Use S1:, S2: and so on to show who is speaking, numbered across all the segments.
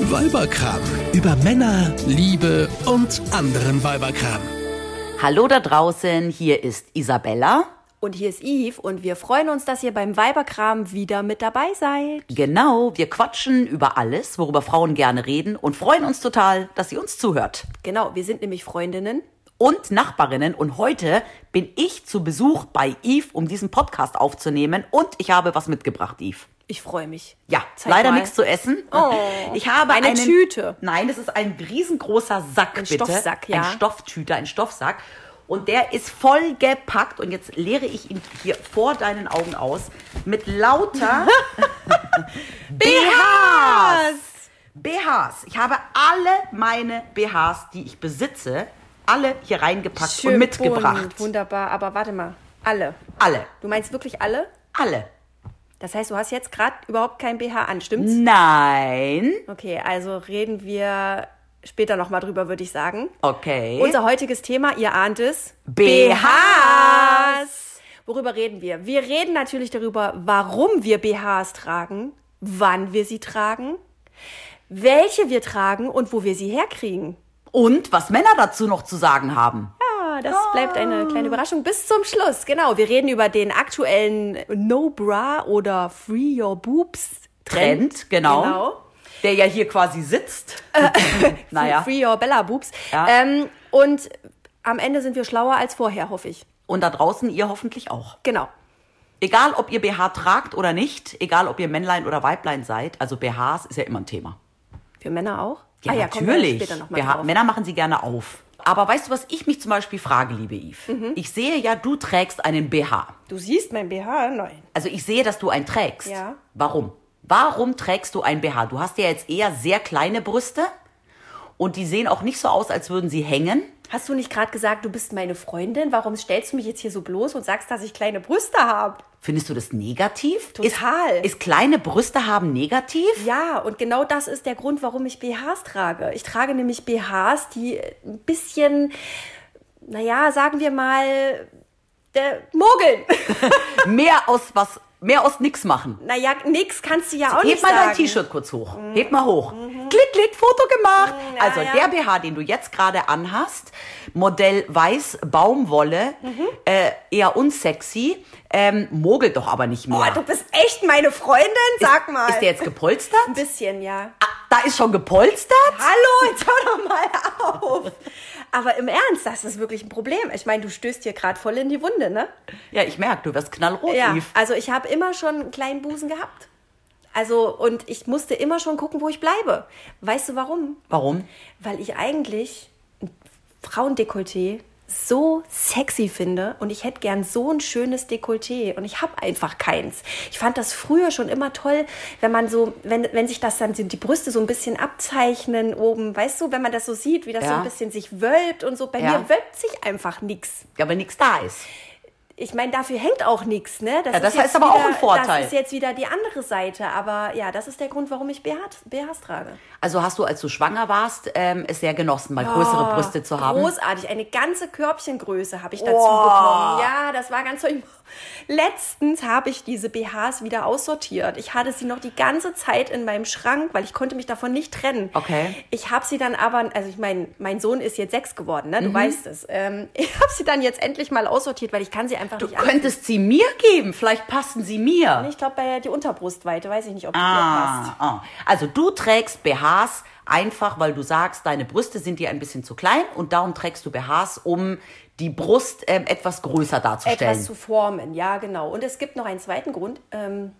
S1: Weiberkram. Über Männer, Liebe und anderen Weiberkram.
S2: Hallo da draußen, hier ist Isabella.
S3: Und hier ist Yves und wir freuen uns, dass ihr beim Weiberkram wieder mit dabei seid.
S2: Genau, wir quatschen über alles, worüber Frauen gerne reden und freuen uns total, dass ihr uns zuhört.
S3: Genau, wir sind nämlich Freundinnen.
S2: Und Nachbarinnen und heute bin ich zu Besuch bei Yves, um diesen Podcast aufzunehmen und ich habe was mitgebracht, Yves.
S3: Ich freue mich.
S2: Ja,
S3: Zeig
S2: leider
S3: mal.
S2: nichts zu essen.
S3: Oh,
S2: ich habe
S3: eine
S2: einen,
S3: Tüte.
S2: Nein, das ist ein riesengroßer Sack,
S3: Ein
S2: bitte.
S3: Stoffsack, ja.
S2: Ein Stofftüte, ein Stoffsack. Und der ist vollgepackt. Und jetzt leere ich ihn hier vor deinen Augen aus mit lauter BHs. BHs. Ich habe alle meine BHs, die ich besitze, alle hier reingepackt und mitgebracht.
S3: bunt, Wunderbar, aber warte mal. Alle.
S2: Alle.
S3: Du meinst wirklich alle?
S2: Alle.
S3: Das heißt, du hast jetzt gerade überhaupt kein BH an, stimmt's?
S2: Mhm. Nein.
S3: Okay, also reden wir später nochmal drüber, würde ich sagen.
S2: Okay.
S3: Unser heutiges Thema, ihr ahnt es.
S2: BHs.
S3: Worüber reden wir? Wir reden natürlich darüber, warum wir BHs tragen, wann wir sie tragen, welche wir tragen und wo wir sie herkriegen.
S2: Und was Männer dazu noch zu sagen haben.
S3: Ah, das bleibt eine kleine Überraschung bis zum Schluss. Genau, wir reden über den aktuellen No Bra oder Free Your Boobs Trend.
S2: Trend, genau,
S3: Genau.
S2: Der ja hier quasi sitzt. naja.
S3: Free Your Bella Boobs.
S2: Ja.
S3: Ähm, und am Ende sind wir schlauer als vorher, hoffe ich.
S2: Und da draußen ihr hoffentlich auch.
S3: Genau.
S2: Egal, ob ihr BH tragt oder nicht, egal, ob ihr Männlein oder Weiblein seid, also BHs ist ja immer ein Thema.
S3: Für Männer auch? Ah
S2: Ja,
S3: kommen wir
S2: natürlich.
S3: später noch mal
S2: BH,
S3: drauf.
S2: Männer machen sie gerne auf. Aber weißt du, was ich mich zum Beispiel frage, liebe Yves?
S3: Mhm.
S2: Ich sehe ja, du trägst einen BH.
S3: Du siehst mein BH? Nein.
S2: Also ich sehe, dass du einen trägst.
S3: Ja.
S2: Warum? Warum trägst du einen BH? Du hast ja jetzt eher sehr kleine Brüste und die sehen auch nicht so aus, als würden sie hängen.
S3: Hast du nicht gerade gesagt, du bist meine Freundin? Warum stellst du mich jetzt hier so bloß und sagst, dass ich kleine Brüste habe?
S2: Findest du das negativ?
S3: Total.
S2: Ist, ist kleine Brüste haben negativ?
S3: Ja, und genau das ist der Grund, warum ich BHs trage. Ich trage nämlich BHs, die ein bisschen, naja, sagen wir mal, der mogeln.
S2: Mehr aus was, mehr aus nix machen.
S3: naja, nix kannst du ja auch
S2: Heb
S3: nicht
S2: mal
S3: sagen. Mhm.
S2: dein T-Shirt kurz hoch. Heb mal hoch. Klick, klick, Foto gemacht.
S3: ja,
S2: also
S3: Mhm, ja.
S2: der BH, den du jetzt gerade anhast, Modell Weiß Baumwolle,
S3: Mhm.
S2: äh, eher unsexy, ähm, mogelt doch aber nicht mehr.
S3: Oh, du bist echt meine Freundin? Sag mal.
S2: Ist der jetzt gepolstert?
S3: ein bisschen, ja.
S2: Ah, da ist schon gepolstert?
S3: Hallo, jetzt hör doch mal auf. Aber im Ernst, das ist wirklich ein Problem. Ich meine, du stößt hier gerade voll in die Wunde, ne?
S2: Ja, ich merke, du wirst knallrot,
S3: Ja,
S2: Yves.
S3: also ich habe immer schon einen kleinen Busen gehabt. Also, und ich musste immer schon gucken, wo ich bleibe. Weißt du warum?
S2: Warum?
S3: Weil ich eigentlich ein Frauendekolleté so sexy finde und ich hätte gern so ein schönes Dekolleté und ich habe einfach keins. Ich fand das früher schon immer toll, wenn man so, wenn, wenn sich das dann die die Brüste so ein bisschen abzeichnen oben, weißt du, wenn man das so sieht, wie das so
S2: Ja.
S3: ein bisschen sich wölbt und so. Bei
S2: Ja.
S3: mir wölbt sich einfach nichts.
S2: Ja, weil nichts da ist.
S3: Ich meine, dafür hängt auch nichts, ne?
S2: Ja, das
S3: ist
S2: heißt
S3: jetzt
S2: aber auch
S3: wieder-
S2: ein Vorteil.
S3: Das ist jetzt wieder die andere Seite, aber ja, das ist der Grund, warum ich BHs, BHs trage.
S2: Also hast du, als du schwanger warst, ähm, es sehr genossen, mal größere Brüste zu haben.
S3: Großartig, eine ganze Körbchengröße habe ich dazu
S2: Wow.
S3: bekommen. Ja, das war ganz toll. Letztens habe ich diese BHs wieder aussortiert. Ich hatte sie noch die ganze Zeit in meinem Schrank, weil ich konnte mich davon nicht trennen.
S2: Okay.
S3: Ich habe sie dann aber, also ich meine, mein Sohn ist jetzt sechs geworden,
S2: Mhm.
S3: ne? Du weißt es. Ähm, ich habe sie dann jetzt endlich mal aussortiert, weil ich kann sie einfach
S2: Du
S3: nicht anziehen.
S2: könntest sie mir geben, vielleicht passen sie mir.
S3: Ich glaube, bei der Unterbrustweite weiß ich nicht, ob die mir passt.
S2: Ah, ah. Also du trägst BHs einfach, weil du sagst, deine Brüste sind dir ein bisschen zu klein und darum trägst du BHs, um die Brust ähm, etwas größer darzustellen.
S3: Etwas zu formen, ja, genau. Und es gibt noch einen zweiten Grund. Ähm,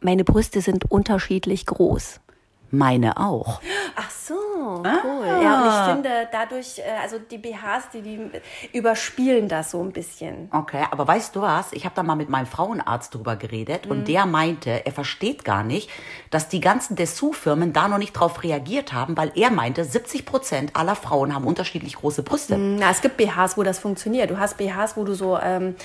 S3: meine Brüste sind unterschiedlich groß.
S2: Meine auch.
S3: Ach so, cool. Ja,
S2: Ah.
S3: und ich finde dadurch, äh, also die BHs, die, die überspielen das so ein bisschen.
S2: Okay, aber weißt du was? Ich habe da mal mit meinem Frauenarzt drüber geredet
S3: Mhm.
S2: und der meinte, er versteht gar nicht, dass die ganzen Dessous-Firmen da noch nicht drauf reagiert haben, weil er meinte, 70 Prozent aller Frauen haben unterschiedlich große Brüste.
S3: Na, es gibt BHs, wo das funktioniert. Du hast BHs, wo du so ähm,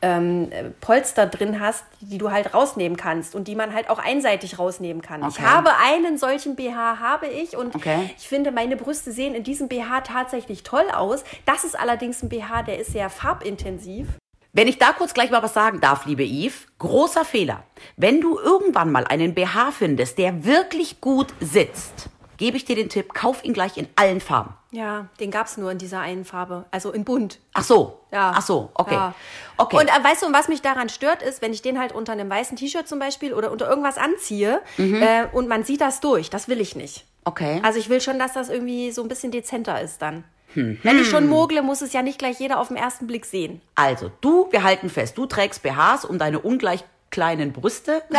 S3: ähm, Polster drin hast, die du halt rausnehmen kannst und die man halt auch einseitig rausnehmen kann. Ich
S2: Okay.
S3: habe einen solchen BH, habe ich und
S2: Okay.
S3: ich finde, meine Brüste sehen in diesem BH tatsächlich toll aus. Das ist allerdings ein BH, der ist sehr farbintensiv.
S2: Wenn ich da kurz gleich mal was sagen darf, liebe Eve, großer Fehler. Wenn du irgendwann mal einen BH findest, der wirklich gut sitzt, gebe ich dir den Tipp, kauf ihn gleich in allen Farben.
S3: Ja, den gab es nur in dieser einen Farbe, also in bunt.
S2: Ach so.
S3: Ja.
S2: Ach so, okay.
S3: Ja.
S2: Okay.
S3: Und äh, weißt du, was mich daran stört, ist, wenn ich den halt unter einem weißen T-Shirt zum Beispiel oder unter irgendwas anziehe
S2: Mhm.
S3: äh, und man sieht das durch. Das will ich nicht.
S2: okay.
S3: Also ich will schon, dass das irgendwie so ein bisschen dezenter ist dann.
S2: Hm.
S3: Wenn ich schon mogle, muss es ja nicht gleich jeder auf den ersten Blick sehen.
S2: Also, du, wir halten fest, du trägst BHs, um deine ungleich kleinen Brüste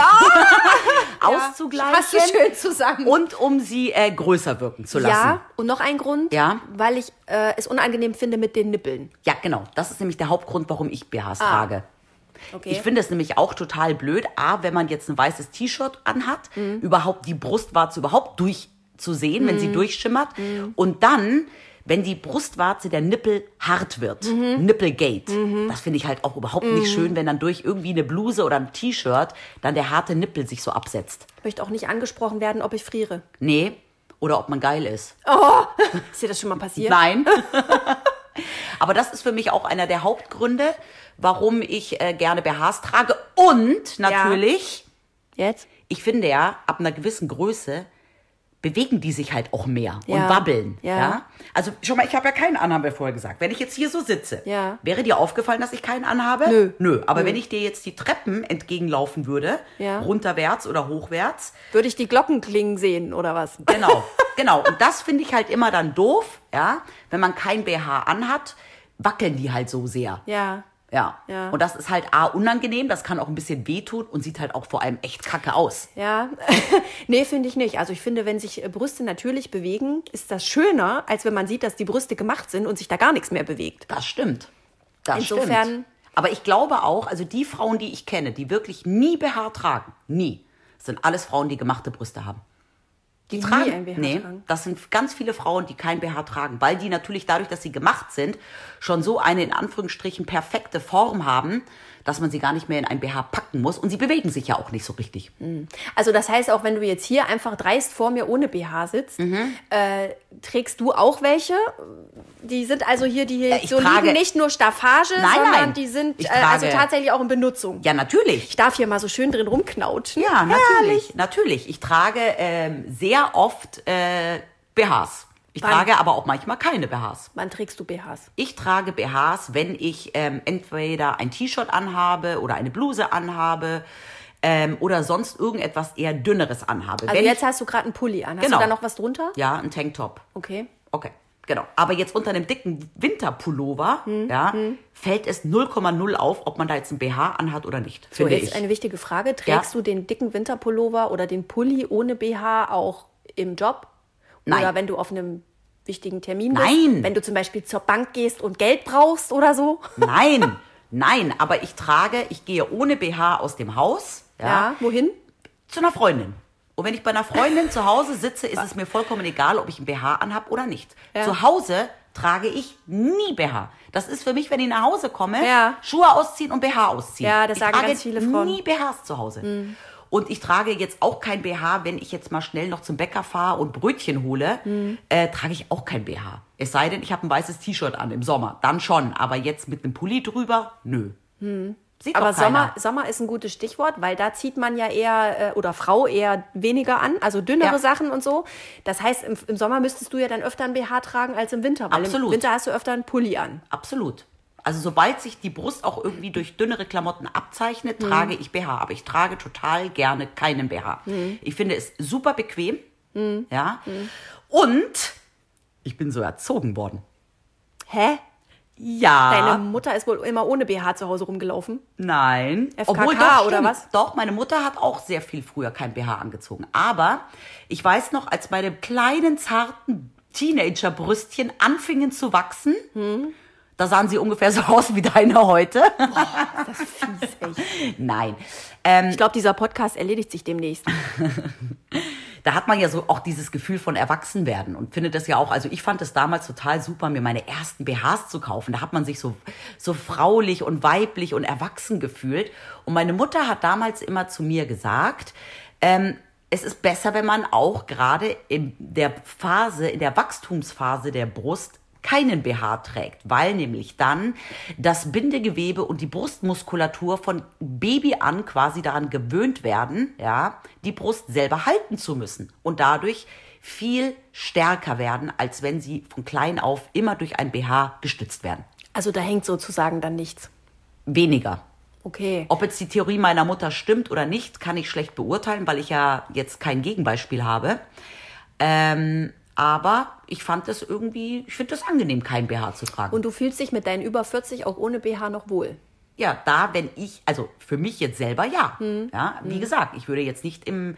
S2: auszugleichen.
S3: Hast du schön zusammen.
S2: Und um sie äh, größer wirken zu lassen.
S3: Ja, und noch ein Grund,
S2: Ja.
S3: weil ich äh, es unangenehm finde mit den Nippeln.
S2: Ja, genau. Das ist nämlich der Hauptgrund, warum ich BHs
S3: Ah.
S2: trage.
S3: Okay.
S2: Ich finde es nämlich auch total blöd, A, wenn man jetzt ein weißes T-Shirt anhat, überhaupt die Brustwarze überhaupt durchzusehen, wenn sie durchschimmert. Und dann, wenn die Brustwarze der Nippel hart wird. Nippelgate. Das finde ich halt auch überhaupt nicht schön, wenn dann durch irgendwie eine Bluse oder ein T-Shirt dann der harte Nippel sich so absetzt.
S3: möchte auch nicht angesprochen werden, ob ich friere.
S2: Nee. Oder ob man geil ist.
S3: Ist dir das schon mal passiert?
S2: Nein. Aber das ist für mich auch einer der Hauptgründe, warum ich äh, gerne BHs trage. Und natürlich,
S3: Jetzt?
S2: ich finde ja, ab einer gewissen Größe bewegen die sich halt auch mehr und
S3: Ja.
S2: wabbeln. Ja.
S3: Ja.
S2: Also schon mal, ich habe ja keinen Anhabe vorher gesagt. Wenn ich jetzt hier so sitze,
S3: Ja.
S2: wäre dir aufgefallen, dass ich keinen anhabe?
S3: Nö.
S2: Nö. Aber wenn ich dir jetzt die Treppen entgegenlaufen würde,
S3: Ja.
S2: runterwärts oder hochwärts,
S3: Würde ich die Glocken klingen sehen oder was?
S2: Genau, genau. Und das finde ich halt immer dann doof, ja. Wenn man kein BH anhat, wackeln die halt so sehr.
S3: Ja.
S2: Ja.
S3: Ja.
S2: Und das ist halt A, unangenehm, das kann auch ein bisschen wehtun und sieht halt auch vor allem echt kacke aus.
S3: Ja. nee, finde ich nicht. Also ich finde, wenn sich äh, Brüste natürlich bewegen, ist das schöner, als wenn man sieht, dass die Brüste gemacht sind und sich da gar nichts mehr bewegt.
S2: Das stimmt. Das
S3: Insofern-
S2: stimmt. Aber ich glaube auch, also die Frauen, die ich kenne, die wirklich nie BH tragen, nie, sind alles Frauen, die gemachte Brüste haben.
S3: Die
S2: tragen.
S3: nie ein BH
S2: nee,
S3: tragen.
S2: das sind ganz viele Frauen, die kein BH tragen, weil die natürlich dadurch, dass sie gemacht sind, schon so eine in Anführungsstrichen perfekte Form haben, dass man sie gar nicht mehr in ein BH packen muss und sie bewegen sich ja auch nicht so richtig.
S3: Also das heißt, auch wenn du jetzt hier einfach dreist vor mir ohne BH sitzt,
S2: Mhm.
S3: äh, trägst du auch welche? Die sind also hier, die hier
S2: ich
S3: so
S2: trage-
S3: liegen nicht nur Staffage,
S2: Nein,
S3: sondern
S2: nein.
S3: die sind
S2: Ich
S3: äh, also
S2: trage-
S3: tatsächlich auch in Benutzung.
S2: Ja, natürlich.
S3: Ich darf hier mal so schön drin rumknautschen.
S2: Ja,
S3: Herrlich.
S2: natürlich, natürlich. Ich trage ähm, sehr oft äh, BHs. Ich
S3: Wann?
S2: trage aber auch manchmal keine BHs.
S3: Wann trägst du BHs?
S2: Ich trage BHs, wenn ich ähm, entweder ein T-Shirt anhabe oder eine Bluse anhabe ähm, oder sonst irgendetwas eher dünneres anhabe.
S3: Also
S2: wenn
S3: jetzt hast du gerade einen Pulli an. Hast
S2: Genau.
S3: du da noch was drunter?
S2: ich, ja, ein Tanktop.
S3: Okay.
S2: Okay, genau. Aber jetzt unter einem dicken Winterpullover,
S3: Hm,
S2: ja, fällt es 0,0 auf, ob man da jetzt ein BH anhat oder nicht.
S3: So,
S2: finde
S3: jetzt
S2: ich.
S3: eine wichtige Frage. Trägst du den dicken Winterpullover oder den Pulli ohne BH auch im Job?
S2: Nein.
S3: Oder wenn du auf einem wichtigen Termin
S2: Nein.
S3: bist? Wenn du zum Beispiel zur Bank gehst und Geld brauchst oder so?
S2: Nein, nein, aber ich trage, ich gehe ohne BH aus dem Haus, ja,
S3: Wohin?
S2: zu einer Freundin. Und wenn ich bei einer Freundin zu Hause sitze, ist es mir vollkommen egal, ob ich ein BH anhab oder nicht.
S3: Ja.
S2: Zu Hause trage ich nie BH. Das ist für mich, wenn ich nach Hause komme,
S3: Ja.
S2: Schuhe ausziehen und BH ausziehen.
S3: Ja, das
S2: ich
S3: sagen
S2: trage
S3: ganz viele Frauen. Mhm.
S2: nie BHs zu Hause. Und ich trage jetzt auch kein BH, wenn ich jetzt mal schnell noch zum Bäcker fahre und Brötchen hole,
S3: Mhm.
S2: äh, trage ich auch kein BH. Es sei denn, ich habe ein weißes T-Shirt an im Sommer. Dann schon. Aber jetzt mit einem Pulli drüber, nö. Sieht
S3: Mhm. Aber
S2: doch keiner.
S3: Sommer, Sommer ist ein gutes Stichwort, weil da zieht man ja eher äh, oder Frau eher weniger an, also dünnere
S2: Ja.
S3: Sachen und so. Das heißt, im, im Sommer müsstest du ja dann öfter ein BH tragen als im Winter, weil
S2: Absolut.
S3: im Winter hast du öfter einen Pulli an.
S2: Absolut. Also sobald sich die Brust auch irgendwie durch dünnere Klamotten abzeichnet, trage ich BH. Aber ich trage total gerne keinen BH. Ich finde es super bequem. Ja. Und ich bin so erzogen worden.
S3: Hä?
S2: Ja.
S3: Deine Mutter ist wohl immer ohne BH zu Hause rumgelaufen.
S2: Nein.
S3: FKK
S2: doch,
S3: oder
S2: stimmt.
S3: was?
S2: Doch, meine Mutter hat auch sehr viel früher kein BH angezogen. Aber ich weiß noch, als meine kleinen, zarten Teenagerbrüstchen anfingen zu wachsen,
S3: Hm.
S2: da sahen sie ungefähr so aus wie deine heute. Nein. Ähm,
S3: Ich glaube, dieser Podcast erledigt sich demnächst.
S2: da hat man ja so auch dieses Gefühl von Erwachsenwerden und findet das ja auch, also ich fand es damals total super, mir meine ersten BHs zu kaufen. Da hat man sich so, so fraulich und weiblich und erwachsen gefühlt. Und meine Mutter hat damals immer zu mir gesagt, ähm, es ist besser, wenn man auch gerade in der Phase, in der Wachstumsphase der Brust keinen BH trägt, weil nämlich dann das Bindegewebe und die Brustmuskulatur von Baby an quasi daran gewöhnt werden, ja, die Brust selber halten zu müssen und dadurch viel stärker werden, als wenn sie von klein auf immer durch ein BH gestützt werden.
S3: Also da hängt sozusagen dann nichts.
S2: Weniger.
S3: Okay.
S2: Ob jetzt die Theorie meiner Mutter stimmt oder nicht, kann ich schlecht beurteilen, weil ich ja jetzt kein Gegenbeispiel habe. Ähm, aber ich fand das irgendwie, ich finde das angenehm, kein BH zu tragen.
S3: Und du fühlst dich mit deinen über 40 auch ohne BH noch wohl?
S2: ja, da, wenn ich, also für mich jetzt selber ja.
S3: Hm.
S2: Ja, wie gesagt, ich würde jetzt nicht im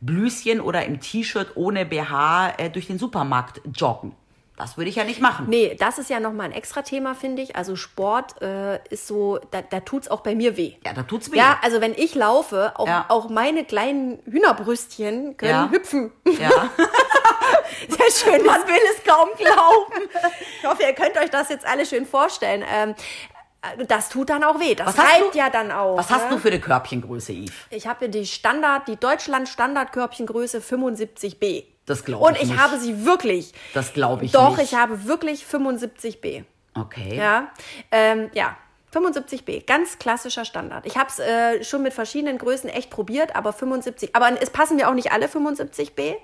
S2: Blüschen oder im T-Shirt ohne BH äh, durch den Supermarkt joggen. Das würde ich ja nicht machen.
S3: Nee, das ist ja nochmal ein extra Thema, finde ich. Also Sport äh, ist so, da, da tut's auch bei mir weh.
S2: Ja, da tut's weh.
S3: Ja, also wenn ich laufe, auch,
S2: Ja.
S3: auch meine kleinen Hühnerbrüstchen können
S2: Ja.
S3: hüpfen.
S2: Ja.
S3: Sehr schön, man will es kaum glauben. Ich hoffe, ihr könnt euch das jetzt alle schön vorstellen. Ähm, das tut dann auch weh. Das
S2: Was hast
S3: reibt
S2: du-
S3: ja dann auch.
S2: Was
S3: ne?
S2: hast du für eine Körbchengröße, Yves?
S3: Ich habe die Standard, die Deutschland Standardkörbchengröße 75b.
S2: Das glaub
S3: Und
S2: ich
S3: ich
S2: nicht.
S3: habe sie wirklich.
S2: Das glaub ich
S3: Doch,
S2: nicht.
S3: ich habe wirklich 75b.
S2: Okay.
S3: Ja, ähm, ja. 75b, ganz klassischer Standard. Ich habe es äh, schon mit verschiedenen Größen echt probiert, aber 75, aber es passen mir auch nicht alle 75b,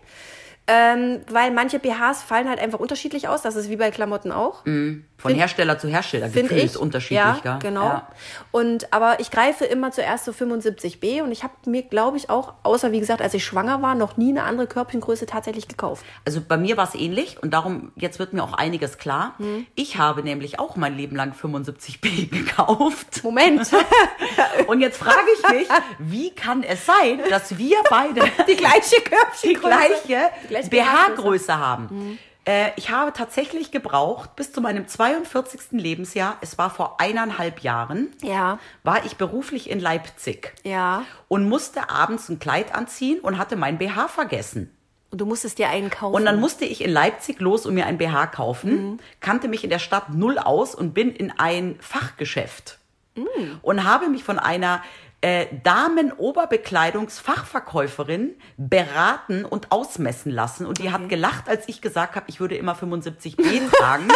S3: ähm, weil manche BHs fallen halt einfach unterschiedlich aus. Das ist wie bei Klamotten auch
S2: Von Hersteller zu Hersteller
S3: finde
S2: Gefühl
S3: ich.
S2: ist unterschiedlich,
S3: ja,
S2: gell?
S3: genau.
S2: Ja.
S3: Und aber ich greife immer zuerst zu 75b und ich habe mir, glaube ich, auch, außer wie gesagt, als ich schwanger war, noch nie eine andere Körbchengröße tatsächlich gekauft.
S2: Also bei mir war es ähnlich und darum, jetzt wird mir auch einiges klar.
S3: Hm.
S2: Ich habe nämlich auch mein Leben lang 75B gekauft.
S3: Moment,
S2: Und jetzt frage ich mich, wie kann es sein, dass wir beide
S3: die gleiche Körbchengröße.
S2: die gleiche,
S3: Die gleiche Mhm.
S2: BH-Größe haben? Äh, ich habe tatsächlich gebraucht, bis zu meinem 42. Lebensjahr, es war vor eineinhalb Jahren,
S3: Ja.
S2: war ich beruflich in Leipzig
S3: Ja.
S2: und musste abends ein Kleid anziehen und hatte mein BH vergessen.
S3: Und du musstest dir einen kaufen.
S2: Und dann musste ich in Leipzig los und mir ein BH kaufen, kannte mich in der Stadt null aus und bin in ein Fachgeschäft und habe mich von einer äh, Damenoberbekleidungsfachverkäuferin beraten und ausmessen lassen. Und die hat gelacht, als ich gesagt habe, ich würde immer 75B tragen.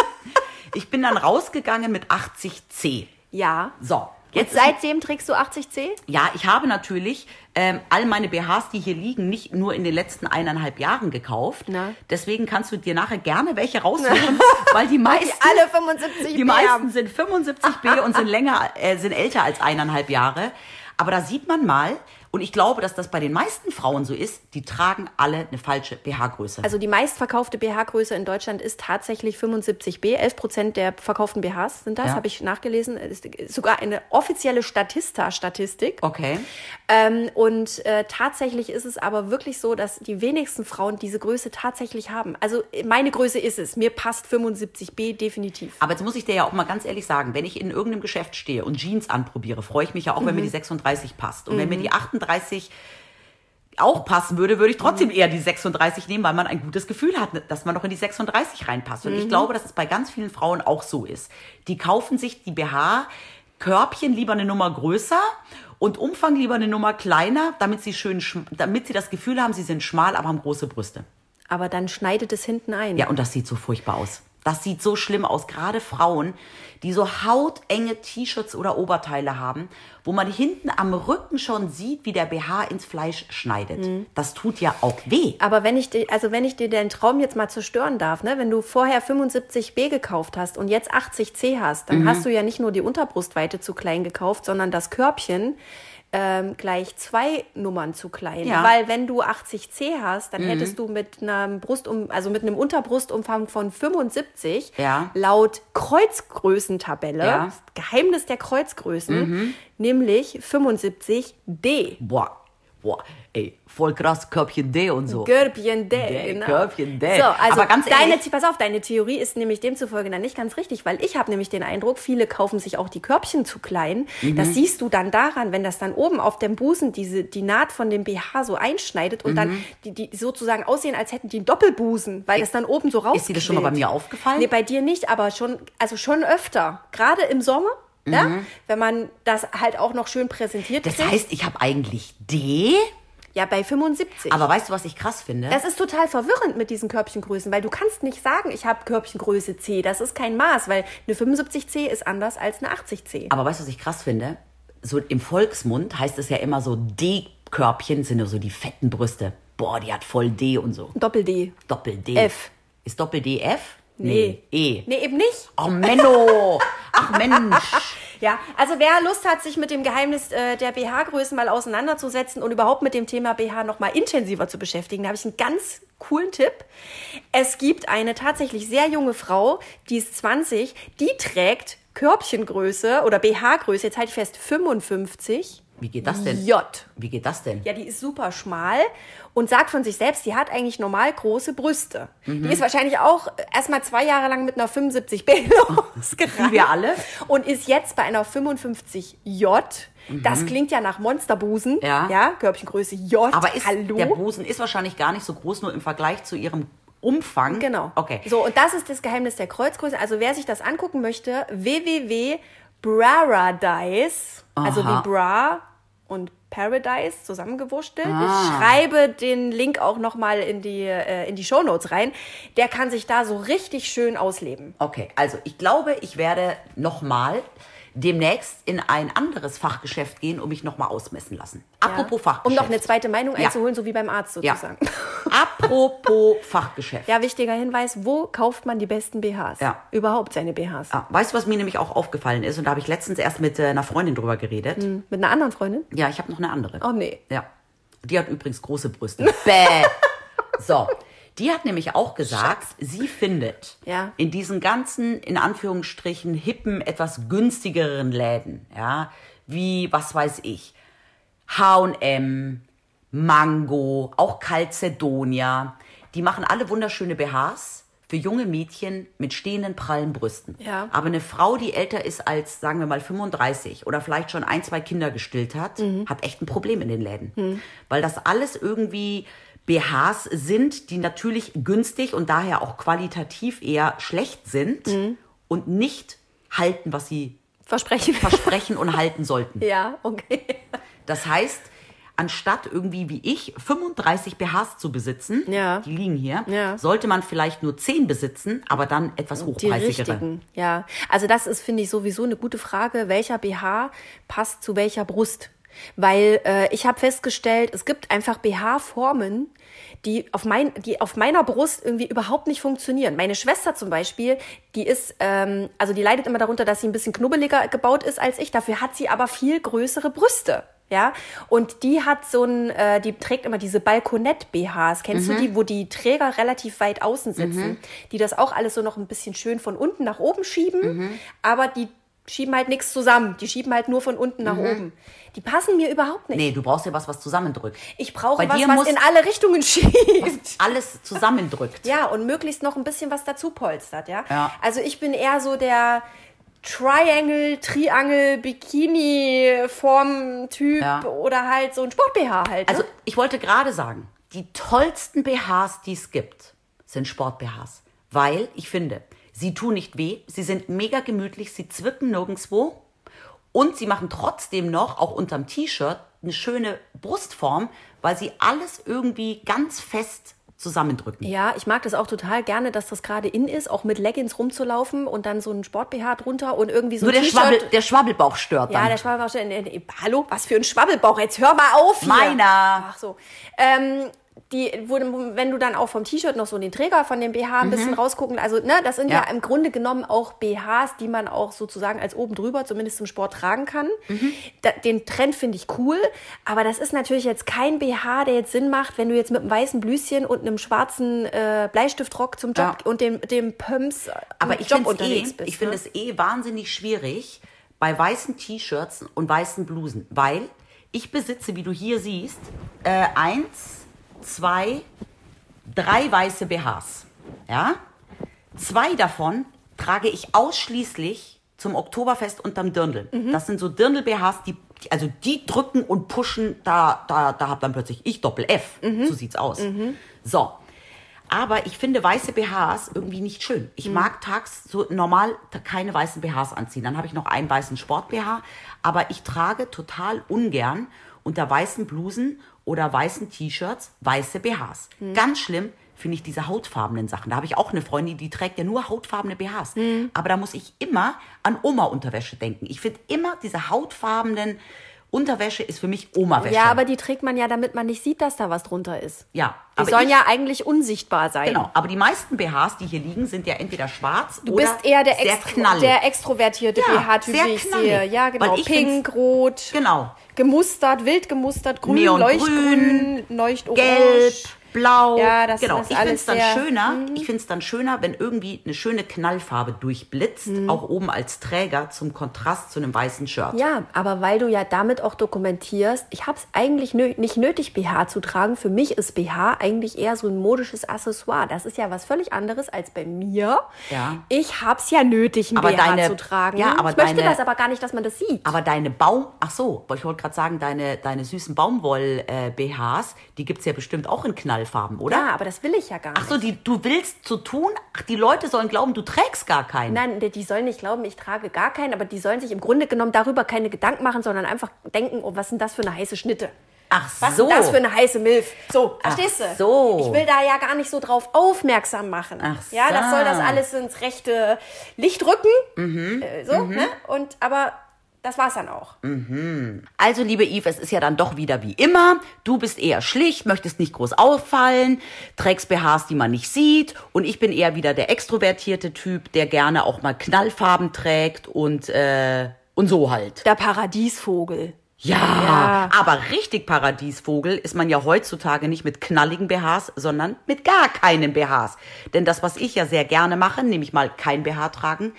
S2: Ich bin dann rausgegangen mit 80C.
S3: ja.
S2: So,
S3: Jetzt
S2: jetzt
S3: seitdem trägst du 80c?
S2: ja, ich habe natürlich ähm, all meine BHs, die hier liegen, nicht nur in den letzten eineinhalb Jahren gekauft.
S3: Na?
S2: Deswegen kannst du dir nachher gerne welche raussuchen, weil die meisten,
S3: Alle 75
S2: Ah, die meisten sind 75b und sind länger, äh, sind älter als eineinhalb Jahre. Aber da sieht man mal, und ich glaube, dass das bei den meisten Frauen so ist, die tragen alle eine falsche BH-Größe.
S3: Also die meistverkaufte BH-Größe in Deutschland ist tatsächlich 75b. 11 Prozent der verkauften BHs sind das,
S2: Ja.
S3: habe ich nachgelesen. Es Ist sogar eine offizielle Statista-Statistik.
S2: okay.
S3: Ähm, und äh, tatsächlich ist es aber wirklich so, dass die wenigsten Frauen diese Größe tatsächlich haben. Also äh, meine Größe ist es. Mir passt 75b definitiv.
S2: Aber jetzt muss ich dir ja auch mal ganz ehrlich sagen, wenn ich in irgendeinem Geschäft stehe und Jeans anprobiere, freue ich mich ja auch, wenn mir die 36 passt. Und wenn mir die 38 auch passen würde, würde ich trotzdem eher die 36 nehmen, weil man ein gutes Gefühl hat, dass man noch in die 36 reinpasst. Und ich glaube, dass es bei ganz vielen Frauen auch so ist. Die kaufen sich die BH-Körbchen lieber eine Nummer größer und Umfang lieber eine Nummer kleiner, damit sie schön, schm- damit sie das Gefühl haben, sie sind schmal, aber haben große Brüste.
S3: Aber dann schneidet es hinten ein.
S2: Ja, und das sieht so furchtbar aus. Das sieht so schlimm aus. Gerade Frauen, die so hautenge T-Shirts oder Oberteile haben, wo man hinten am Rücken schon sieht, wie der BH ins Fleisch schneidet. Das tut ja auch weh.
S3: Aber wenn ich dir, also wenn ich dir deinen Traum jetzt mal zerstören darf, ne, wenn du vorher 75b gekauft hast und jetzt 80c hast,
S2: Mhm.
S3: dann hast du ja nicht nur die Unterbrustweite zu klein gekauft, sondern das Körbchen ähm, gleich zwei Nummern zu klein.
S2: Ja. Mhm.
S3: Weil wenn du 80c hast, dann hättest du mit einem Brustum, also mit einem Unterbrustumfang von 75
S2: Ja.
S3: laut Kreuzgrößentabelle,
S2: Ja. Mhm.
S3: das Geheimnis der Kreuzgrößen, nämlich 75d.
S2: Boah, boah, ey, voll krass, Körbchen D und so.
S3: Körbchen Day,
S2: Day,
S3: genau.
S2: Oh. Körbchen Day.
S3: So, also
S2: Aber ganz
S3: deine,
S2: ehrlich-
S3: pass auf, deine Theorie ist nämlich demzufolge dann nicht ganz richtig, weil ich habe nämlich den Eindruck, viele kaufen sich auch die Körbchen zu klein.
S2: Mhm.
S3: Das siehst du dann daran, wenn das dann oben auf dem Busen diese, die Naht von dem BH so einschneidet und dann die, die sozusagen aussehen, als hätten die einen Doppelbusen, weil das dann oben so rausquillt.
S2: Mhm. Ist dir das schon mal bei mir aufgefallen?
S3: Nee, bei dir nicht, aber schon, also schon öfter. Gerade im Sommer. Ja, wenn man das halt auch noch schön präsentiert
S2: Mhm. das
S3: kriegt.
S2: heißt, ich habe eigentlich D
S3: Ja, bei 75.
S2: Aber weißt du, was ich krass finde?
S3: das ist total verwirrend mit diesen Körbchengrößen, weil du kannst nicht sagen, ich habe Körbchengröße C. Das ist kein Maß, weil eine 75C ist anders als eine 80C.
S2: Aber weißt du, was ich krass finde? So im Volksmund heißt es ja immer so, D-Körbchen sind nur so die fetten Brüste. Boah, die hat voll D und so.
S3: Doppel-D.
S2: Doppel-D.
S3: F.
S2: Ist Doppel-D F?
S3: Nee.
S2: E.
S3: Nee, eben nicht.
S2: Oh, Menno. Ach, Mensch.
S3: Ja, also wer Lust hat, sich mit dem Geheimnis äh, der BH-Größen mal auseinanderzusetzen und überhaupt mit dem Thema BH noch mal intensiver zu beschäftigen, da habe ich einen ganz coolen Tipp. Es gibt eine tatsächlich sehr junge Frau, die ist 20, die trägt Körbchengröße oder BH-Größe, jetzt halt fest 55
S2: Wie geht das denn?
S3: J.
S2: Wie geht das denn?
S3: Ja, die ist super schmal und sagt von sich selbst, die hat eigentlich normal große Brüste.
S2: Mhm.
S3: Die ist wahrscheinlich auch erstmal zwei Jahre lang mit einer 75B losgerannt.
S2: Wie wir alle.
S3: Und ist jetzt bei einer 55J. Das klingt ja nach Monsterbusen.
S2: Mhm. Ja.
S3: Ja, Körbchengröße J.
S2: Aber ist,
S3: Hallo.
S2: der Busen ist wahrscheinlich gar nicht so groß, nur im Vergleich zu ihrem Umfang.
S3: Genau.
S2: Hm? Okay.
S3: So, und das ist das Geheimnis der Kreuzgröße. Also, wer sich das angucken möchte, www.braradise, also
S2: Aha.
S3: wie Bra und Paradise zusammengewurschtelt.
S2: Ah.
S3: Ich schreibe den Link auch nochmal in die, äh, in die Shownotes rein. Der kann sich da so richtig schön ausleben.
S2: Okay, also ich glaube, ich werde nochmal demnächst in ein anderes Fachgeschäft gehen und mich nochmal ausmessen lassen. Apropos
S3: ja. Um
S2: Fachgeschäft.
S3: noch eine zweite Meinung
S2: Ja.
S3: einzuholen, so wie beim Arzt
S2: ja.
S3: sozusagen.
S2: Apropos Fachgeschäft.
S3: Ja, wichtiger Hinweis, wo kauft man die besten BHs?
S2: Ja.
S3: Überhaupt seine BHs.
S2: Ah, Weißt du, was mir nämlich auch aufgefallen ist? Und da habe ich letztens erst mit äh, einer Freundin drüber geredet.
S3: Mit einer anderen Freundin?
S2: Ja, ich habe noch eine andere.
S3: Oh, nee.
S2: Ja. Die hat übrigens große Brüste. Bäh. So. Die hat nämlich auch gesagt, sie findet
S3: Ja.
S2: in diesen ganzen, in Anführungsstrichen, hippen, etwas günstigeren Läden, ja, wie, was weiß ich, H&M, Mango, auch Calcedonia, die machen alle wunderschöne BHs für junge Mädchen mit stehenden, prallen Brüsten.
S3: Ja.
S2: Aber eine Frau, die älter ist als, sagen wir mal, 35 oder vielleicht schon ein, zwei Kinder gestillt hat, hat echt ein Problem in den Läden. Weil das alles irgendwie BHs sind, die natürlich günstig und daher auch qualitativ eher schlecht sind und nicht halten, was sie
S3: Versprechen.
S2: versprechen und halten sollten.
S3: ja, okay.
S2: Das heißt, anstatt irgendwie wie ich 35 BHs zu besitzen,
S3: Ja.
S2: die liegen hier,
S3: Ja.
S2: sollte man vielleicht nur 10 besitzen, aber dann etwas
S3: Die
S2: hochpreisigere.
S3: richtigen, ja. Also das ist, finde ich, sowieso eine gute Frage, welcher BH passt zu welcher Brust. Weil äh, ich habe festgestellt, es gibt einfach BH-Formen, die auf, mein, die auf meiner Brust irgendwie überhaupt nicht funktionieren. Meine Schwester zum Beispiel, die ist, ähm, also die leidet immer darunter, dass sie ein bisschen knubbeliger gebaut ist als ich. Dafür hat sie aber viel größere Brüste. Ja, und die hat so ein, äh, die trägt immer diese Balkonett-BHs. Kennst
S2: Mhm.
S3: du die, wo die Träger relativ weit außen sitzen, die das auch alles so noch ein bisschen schön von unten nach oben schieben,
S2: Mhm.
S3: aber die schieben halt nichts zusammen. Die schieben halt nur von unten nach oben. Die passen mir überhaupt nicht.
S2: Mhm. Nee, du brauchst ja was, was zusammendrückt.
S3: Ich brauche
S2: Bei
S3: was,
S2: dir
S3: was
S2: muss-
S3: in alle Richtungen schiebt.
S2: Alles zusammendrückt.
S3: Ja, und möglichst noch ein bisschen was dazu polstert, ja.
S2: Ja.
S3: Also ich bin eher so der Triangle, Triangle, Bikini-Form-Typ
S2: Ja.
S3: oder halt so ein Sport-BH halt.
S2: Also
S3: ne?
S2: ich wollte gerade sagen, die tollsten BHs, die es gibt, sind Sport-BHs. Weil ich finde, sie tun nicht weh, sie sind mega gemütlich, sie zwicken nirgendwo und sie machen trotzdem noch, auch unterm T-Shirt, eine schöne Brustform, weil sie alles irgendwie ganz fest zusammendrücken.
S3: Ja, ich mag das auch total gerne, dass das gerade in ist, auch mit Leggings rumzulaufen und dann so ein Sport-BH drunter und irgendwie so
S2: Nur
S3: ein
S2: der,
S3: T-Shirt.
S2: Schwabbel, der Schwabbelbauch stört dann.
S3: Ja, der Schwabbelbauch. steht in- in- Hallo, was für ein Schwabbelbauch? Jetzt hör mal auf hier.
S2: Meiner.
S3: Ach so. Ähm, die, wo, wenn du dann auch vom T-Shirt noch so den Träger von dem BH ein bisschen rausgucken, also ne, das sind ja.
S2: Mhm. Ja.
S3: im Grunde genommen auch BHs, die man auch sozusagen als oben drüber zumindest zum Sport tragen kann.
S2: Mhm.
S3: Da, den Trend finde ich cool, aber das ist natürlich jetzt kein BH, der jetzt Sinn macht, wenn du jetzt mit einem weißen Blüschen und einem schwarzen äh, Bleistiftrock zum Job
S2: Ja.
S3: und dem, dem Pumps äh,
S2: Aber
S3: im
S2: ich
S3: Job
S2: finde es
S3: unterwegs
S2: eh,
S3: bist.
S2: ich finde
S3: ne?
S2: es eh wahnsinnig schwierig bei weißen T-Shirts und weißen Blusen, weil ich besitze, wie du hier siehst, äh, eins, zwei, drei weiße BHs. Ja? Zwei davon trage ich ausschließlich zum Oktoberfest unterm Dirndl. Das sind so Dirndl-BHs, die, die- also die drücken und pushen, da, da, da hab dann plötzlich ich Doppel-F. So sieht's aus. So. Aber ich finde weiße BHs irgendwie nicht schön. Ich mag tags so normal ta- keine weißen BHs anziehen. Dann habe ich noch einen weißen Sport-BH. Aber ich trage total ungern unter weißen Blusen oder weißen T-Shirts, weiße BHs. Ganz schlimm finde ich diese hautfarbenen Sachen. Da habe ich auch eine Freundin, die trägt ja nur hautfarbene BHs.
S3: Mhm.
S2: Aber da muss ich immer an Oma-Unterwäsche denken. Ich finde immer diese hautfarbenen Unterwäsche ist für mich Oma-Wäsche.
S3: Ja, aber die trägt man ja, damit man nicht sieht, dass da was drunter ist.
S2: Ja,
S3: Die
S2: aber
S3: sollen
S2: ich-
S3: ja eigentlich unsichtbar sein.
S2: Genau, aber die meisten BHs, die hier liegen, sind ja entweder schwarz
S3: Du
S2: oder
S3: bist eher der,
S2: sehr
S3: Extro-
S2: knallig.
S3: der extrovertierte
S2: Ja,
S3: BH-Typ,
S2: sehr
S3: wie ich
S2: knallig.
S3: sehe. Ja, genau.
S2: Weil ich
S3: Pink, rot,
S2: genau.
S3: gemustert, wild gemustert, grün,
S2: Neongrün,
S3: leuchtgrün, leuchtorange.
S2: Gelb, blau.
S3: Ja, das
S2: genau.
S3: ist
S2: ich
S3: alles
S2: find's dann
S3: sehr- Mhm.
S2: schöner. Ich find's dann schöner, wenn irgendwie eine schöne Knallfarbe durchblitzt,
S3: Mhm.
S2: auch oben als Träger zum Kontrast zu einem weißen Shirt.
S3: Ja, aber weil du ja damit auch dokumentierst, ich habe es eigentlich nö nicht nötig, BH zu tragen. Für mich ist BH eigentlich eher so ein modisches Accessoire. Das ist ja was völlig anderes als bei mir.
S2: Ja.
S3: Ich habe es ja nötig, einen
S2: Aber
S3: BH
S2: deine-
S3: zu tragen.
S2: ja, aber
S3: ich möchte
S2: deine-
S3: das aber gar nicht, dass man das sieht.
S2: Aber deine Baum, ach so, aber ich wollte gerade sagen, deine, deine süßen Baumwoll-BHs, die gibt's ja bestimmt auch in Knallfarben, oder?
S3: ja, aber das will ich ja gar
S2: Ach so,
S3: nicht.
S2: die, du willst so tun, ach, die Leute sollen glauben, du trägst gar keinen.
S3: Nein, die- die sollen nicht glauben, ich trage gar keinen, aber die sollen sich im Grunde genommen darüber keine Gedanken machen, sondern einfach denken, oh, was sind das für eine heiße Schnitte?
S2: Ach
S3: Was
S2: so.
S3: ist das für eine heiße Milf? So,
S2: Ach
S3: verstehst du?
S2: so.
S3: Ich will da ja gar nicht so drauf aufmerksam machen.
S2: Ach
S3: ja, das
S2: so. Mhm.
S3: soll das alles ins rechte Licht rücken. Äh, so, ne? Und aber das war's dann auch.
S2: Also, liebe Eve, es ist ja dann doch wieder wie immer. Du bist eher schlicht, möchtest nicht groß auffallen, trägst BHs, die man nicht sieht. Und ich bin eher wieder der extrovertierte Typ, der gerne auch mal Knallfarben trägt und, äh, und so halt.
S3: Der Paradiesvogel.
S2: Ja,
S3: Ja.
S2: aber richtig Paradiesvogel ist man ja heutzutage nicht mit knalligen BHs, sondern mit gar keinen BHs. Denn das, was ich ja sehr gerne mache, nämlich mal kein BH tragen,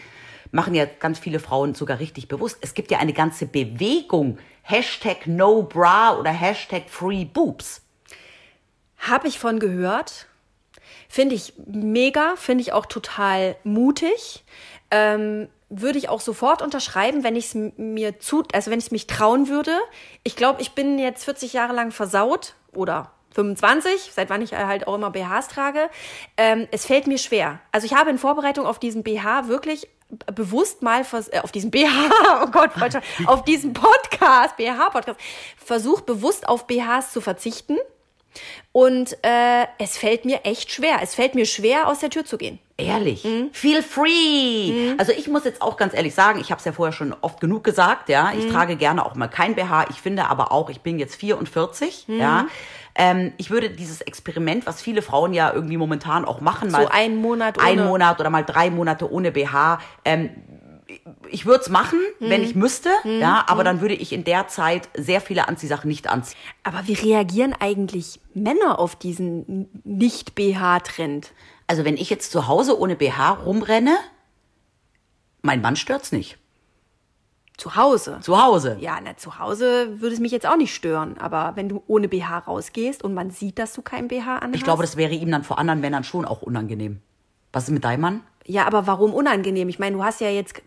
S2: machen ja ganz viele Frauen sogar richtig bewusst. Es gibt ja eine ganze Bewegung. Hashtag No Bra oder Hashtag Free Boobs.
S3: Hab ich von gehört. Finde ich mega, finde ich auch total mutig. Ähm, würde ich auch sofort unterschreiben, wenn ich es mir zu, also wenn ich es mich trauen würde. Ich glaube, ich bin jetzt 40 Jahre lang versaut oder 25, seit wann ich halt auch immer BHs trage. Ähm, es fällt mir schwer. Also ich habe in Vorbereitung auf diesen BH wirklich b- bewusst mal vers äh, auf diesen BH, oh Gott, wollte schon- auf diesen Podcast, BH-Podcast, versucht bewusst auf BHs zu verzichten. Und äh, es fällt mir echt schwer. Es fällt mir schwer, aus der Tür zu gehen.
S2: Ehrlich,
S3: Mhm.
S2: feel free. Also ich muss jetzt auch ganz ehrlich sagen, ich habe es ja vorher schon oft genug gesagt, ja.
S3: Mhm.
S2: Ich trage gerne auch mal kein BH. Ich finde aber auch, ich bin jetzt 44,
S3: Mhm.
S2: ja. Ähm, ich würde dieses Experiment, was viele Frauen ja irgendwie momentan auch machen, mal
S3: einen Monat
S2: einen
S3: ohne.
S2: Monat oder mal drei Monate ohne BH. Ähm, ich würde es machen,
S3: Mhm.
S2: wenn ich müsste, ja. Aber dann würde ich in der Zeit sehr viele Anziehsachen nicht anziehen.
S3: Aber wie reagieren eigentlich Männer auf diesen Nicht-BH-Trend?
S2: Also wenn ich jetzt zu Hause ohne BH rumrenne, mein Mann stört's nicht.
S3: Zu Hause.
S2: Zu Hause.
S3: Ja, na, zu Hause würde es mich jetzt auch nicht stören. Aber wenn du ohne BH rausgehst und man sieht, dass du kein BH anhast.
S2: Ich glaube, das wäre ihm dann vor anderen Männern schon auch unangenehm. Was ist mit deinem Mann?
S3: Ja, aber warum unangenehm? Ich meine, du hast ja jetzt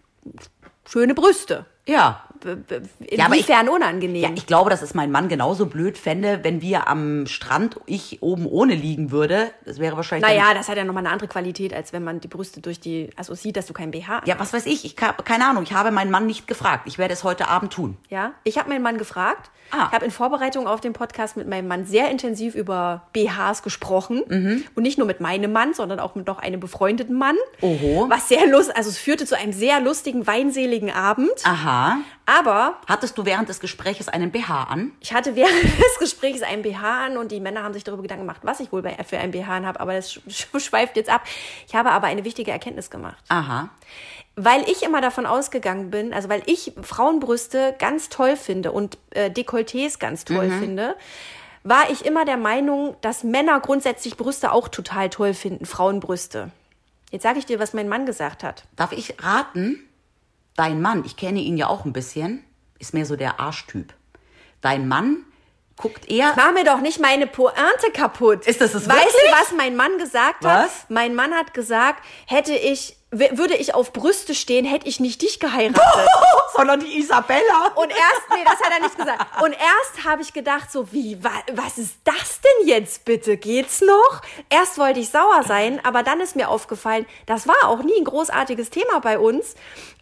S3: schöne Brüste.
S2: Ja.
S3: B- b-
S2: Ja, aber ich-
S3: Inwiefern unangenehm?
S2: Ja, ich glaube, dass es mein Mann genauso blöd fände, wenn wir am Strand, ich oben ohne liegen würde. Das wäre wahrscheinlich.
S3: naja, das hat ja nochmal eine andere Qualität, als wenn man die Brüste durch die, also sieht, dass du kein BH
S2: Dann, ja, was weiß ich. Ich habe keine Ahnung. Ich habe meinen Mann nicht gefragt. Ich werde es heute Abend tun.
S3: Ja, ich habe meinen Mann gefragt.
S2: Ah.
S3: Ich habe in Vorbereitung auf den Podcast mit meinem Mann sehr intensiv über BHs gesprochen.
S2: Mhm.
S3: Und nicht nur mit meinem Mann, sondern auch mit noch einem befreundeten Mann.
S2: Oho.
S3: Was sehr lustig, also es führte zu einem sehr lustigen, weinseligen Abend.
S2: Aha.
S3: Aber
S2: Hattest du während des Gespräches einen BH an?
S3: ich hatte während des Gesprächs einen BH an und die Männer haben sich darüber Gedanken gemacht, was ich wohl bei, für einen BH an habe. Aber das sch- schweift jetzt ab. Ich habe aber eine wichtige Erkenntnis gemacht.
S2: Aha.
S3: Weil ich immer davon ausgegangen bin, also weil ich Frauenbrüste ganz toll finde und äh, Dekolletés ganz toll finde, war ich immer der Meinung, dass Männer grundsätzlich Brüste auch total toll finden, Frauenbrüste. Jetzt sage ich dir, was mein Mann gesagt hat.
S2: Darf ich raten? Dein Mann, ich kenne ihn ja auch ein bisschen, ist mehr so der Arschtyp. Dein Mann guckt eher.
S3: Mach mir doch nicht meine Pointe kaputt.
S2: Ist das das
S3: Weißt
S2: wirklich?
S3: du, was mein Mann gesagt
S2: Was?
S3: hat? Mein Mann hat gesagt, hätte ich, w- würde ich auf Brüste stehen, hätte ich nicht dich geheiratet.
S2: sondern die Isabella.
S3: Und erst, nee, das hat er nicht gesagt. Und erst habe ich gedacht, so wie, wa, was ist das denn jetzt bitte? Geht's noch? Erst wollte ich sauer sein, aber dann ist mir aufgefallen, das war auch nie ein großartiges Thema bei uns.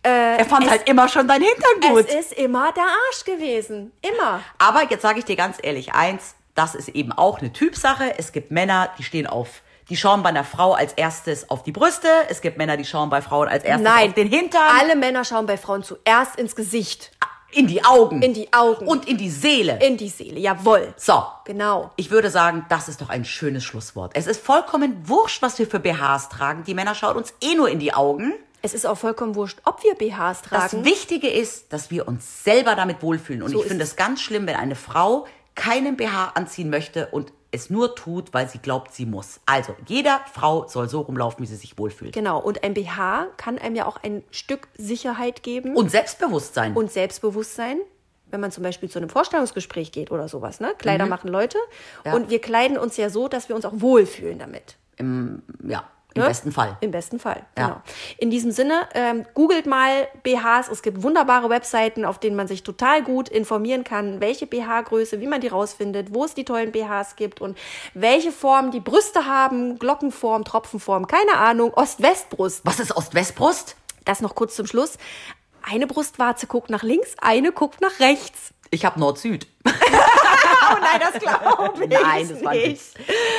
S2: Er fand halt immer schon dein Hintern gut.
S3: Es ist immer der Arsch gewesen. Immer.
S2: Aber jetzt sage ich dir ganz ehrlich eins, das ist eben auch eine Typsache. Es gibt Männer, die stehen auf, die schauen bei einer Frau als erstes auf die Brüste. Es gibt Männer, die schauen bei Frauen als erstes auf den Hintern.
S3: Alle Männer schauen bei Frauen zuerst ins Gesicht,
S2: in die Augen.
S3: in die Augen,
S2: Und in die Seele.
S3: in die Seele. Jawohl.
S2: so.
S3: Genau.
S2: Ich würde sagen, das ist doch ein schönes Schlusswort. Es ist vollkommen wurscht, was wir für BHs tragen. Die Männer schauen uns eh nur in die Augen.
S3: Es ist auch vollkommen wurscht, ob wir BHs tragen.
S2: Das Wichtige ist, dass wir uns selber damit wohlfühlen. Und
S3: So
S2: ich finde
S3: ist
S2: es ganz schlimm, wenn eine Frau keinen BH anziehen möchte und es nur tut, weil sie glaubt, sie muss. Also, jeder Frau soll so rumlaufen, wie sie sich wohlfühlt.
S3: genau. Und ein BH kann einem ja auch ein Stück Sicherheit geben
S2: Und Selbstbewusstsein.
S3: und Selbstbewusstsein. Wenn man zum Beispiel zu einem Vorstellungsgespräch geht oder sowas, ne? Kleider machen Leute.
S2: Mhm. Ja.
S3: Und wir kleiden uns ja so, dass wir uns auch wohlfühlen damit.
S2: ja, im
S3: Ne?
S2: besten Fall.
S3: Im besten Fall,
S2: Ja.
S3: genau. In diesem Sinne, ähm, googelt mal BHs. Es gibt wunderbare Webseiten, auf denen man sich total gut informieren kann, welche BH-Größe, wie man die rausfindet, wo es die tollen BHs gibt und welche Formen die Brüste haben, Glockenform, Tropfenform, keine Ahnung, Ost-West-Brust.
S2: Was ist Ost-West-Brust?
S3: Das noch kurz zum Schluss. Eine Brustwarze guckt nach links, eine guckt nach rechts.
S2: Ich habe Nord-Süd.
S3: Oh nein, das glaube ich
S2: Nein, das war ein Witz.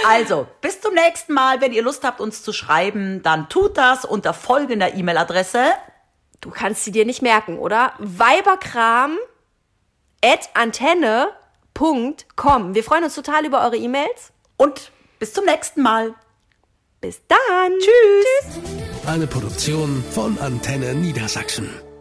S2: Also, bis zum nächsten Mal. Wenn ihr Lust habt, uns zu schreiben, dann tut das unter folgender E-Mail-Adresse.
S3: Du kannst sie dir nicht merken, oder? Weiberkram at antenne.com. Wir freuen uns total über eure E-Mails.
S2: Und bis zum nächsten Mal.
S3: Bis dann. Tschüss. Tschüss.
S1: Eine Produktion von Antenne Niedersachsen.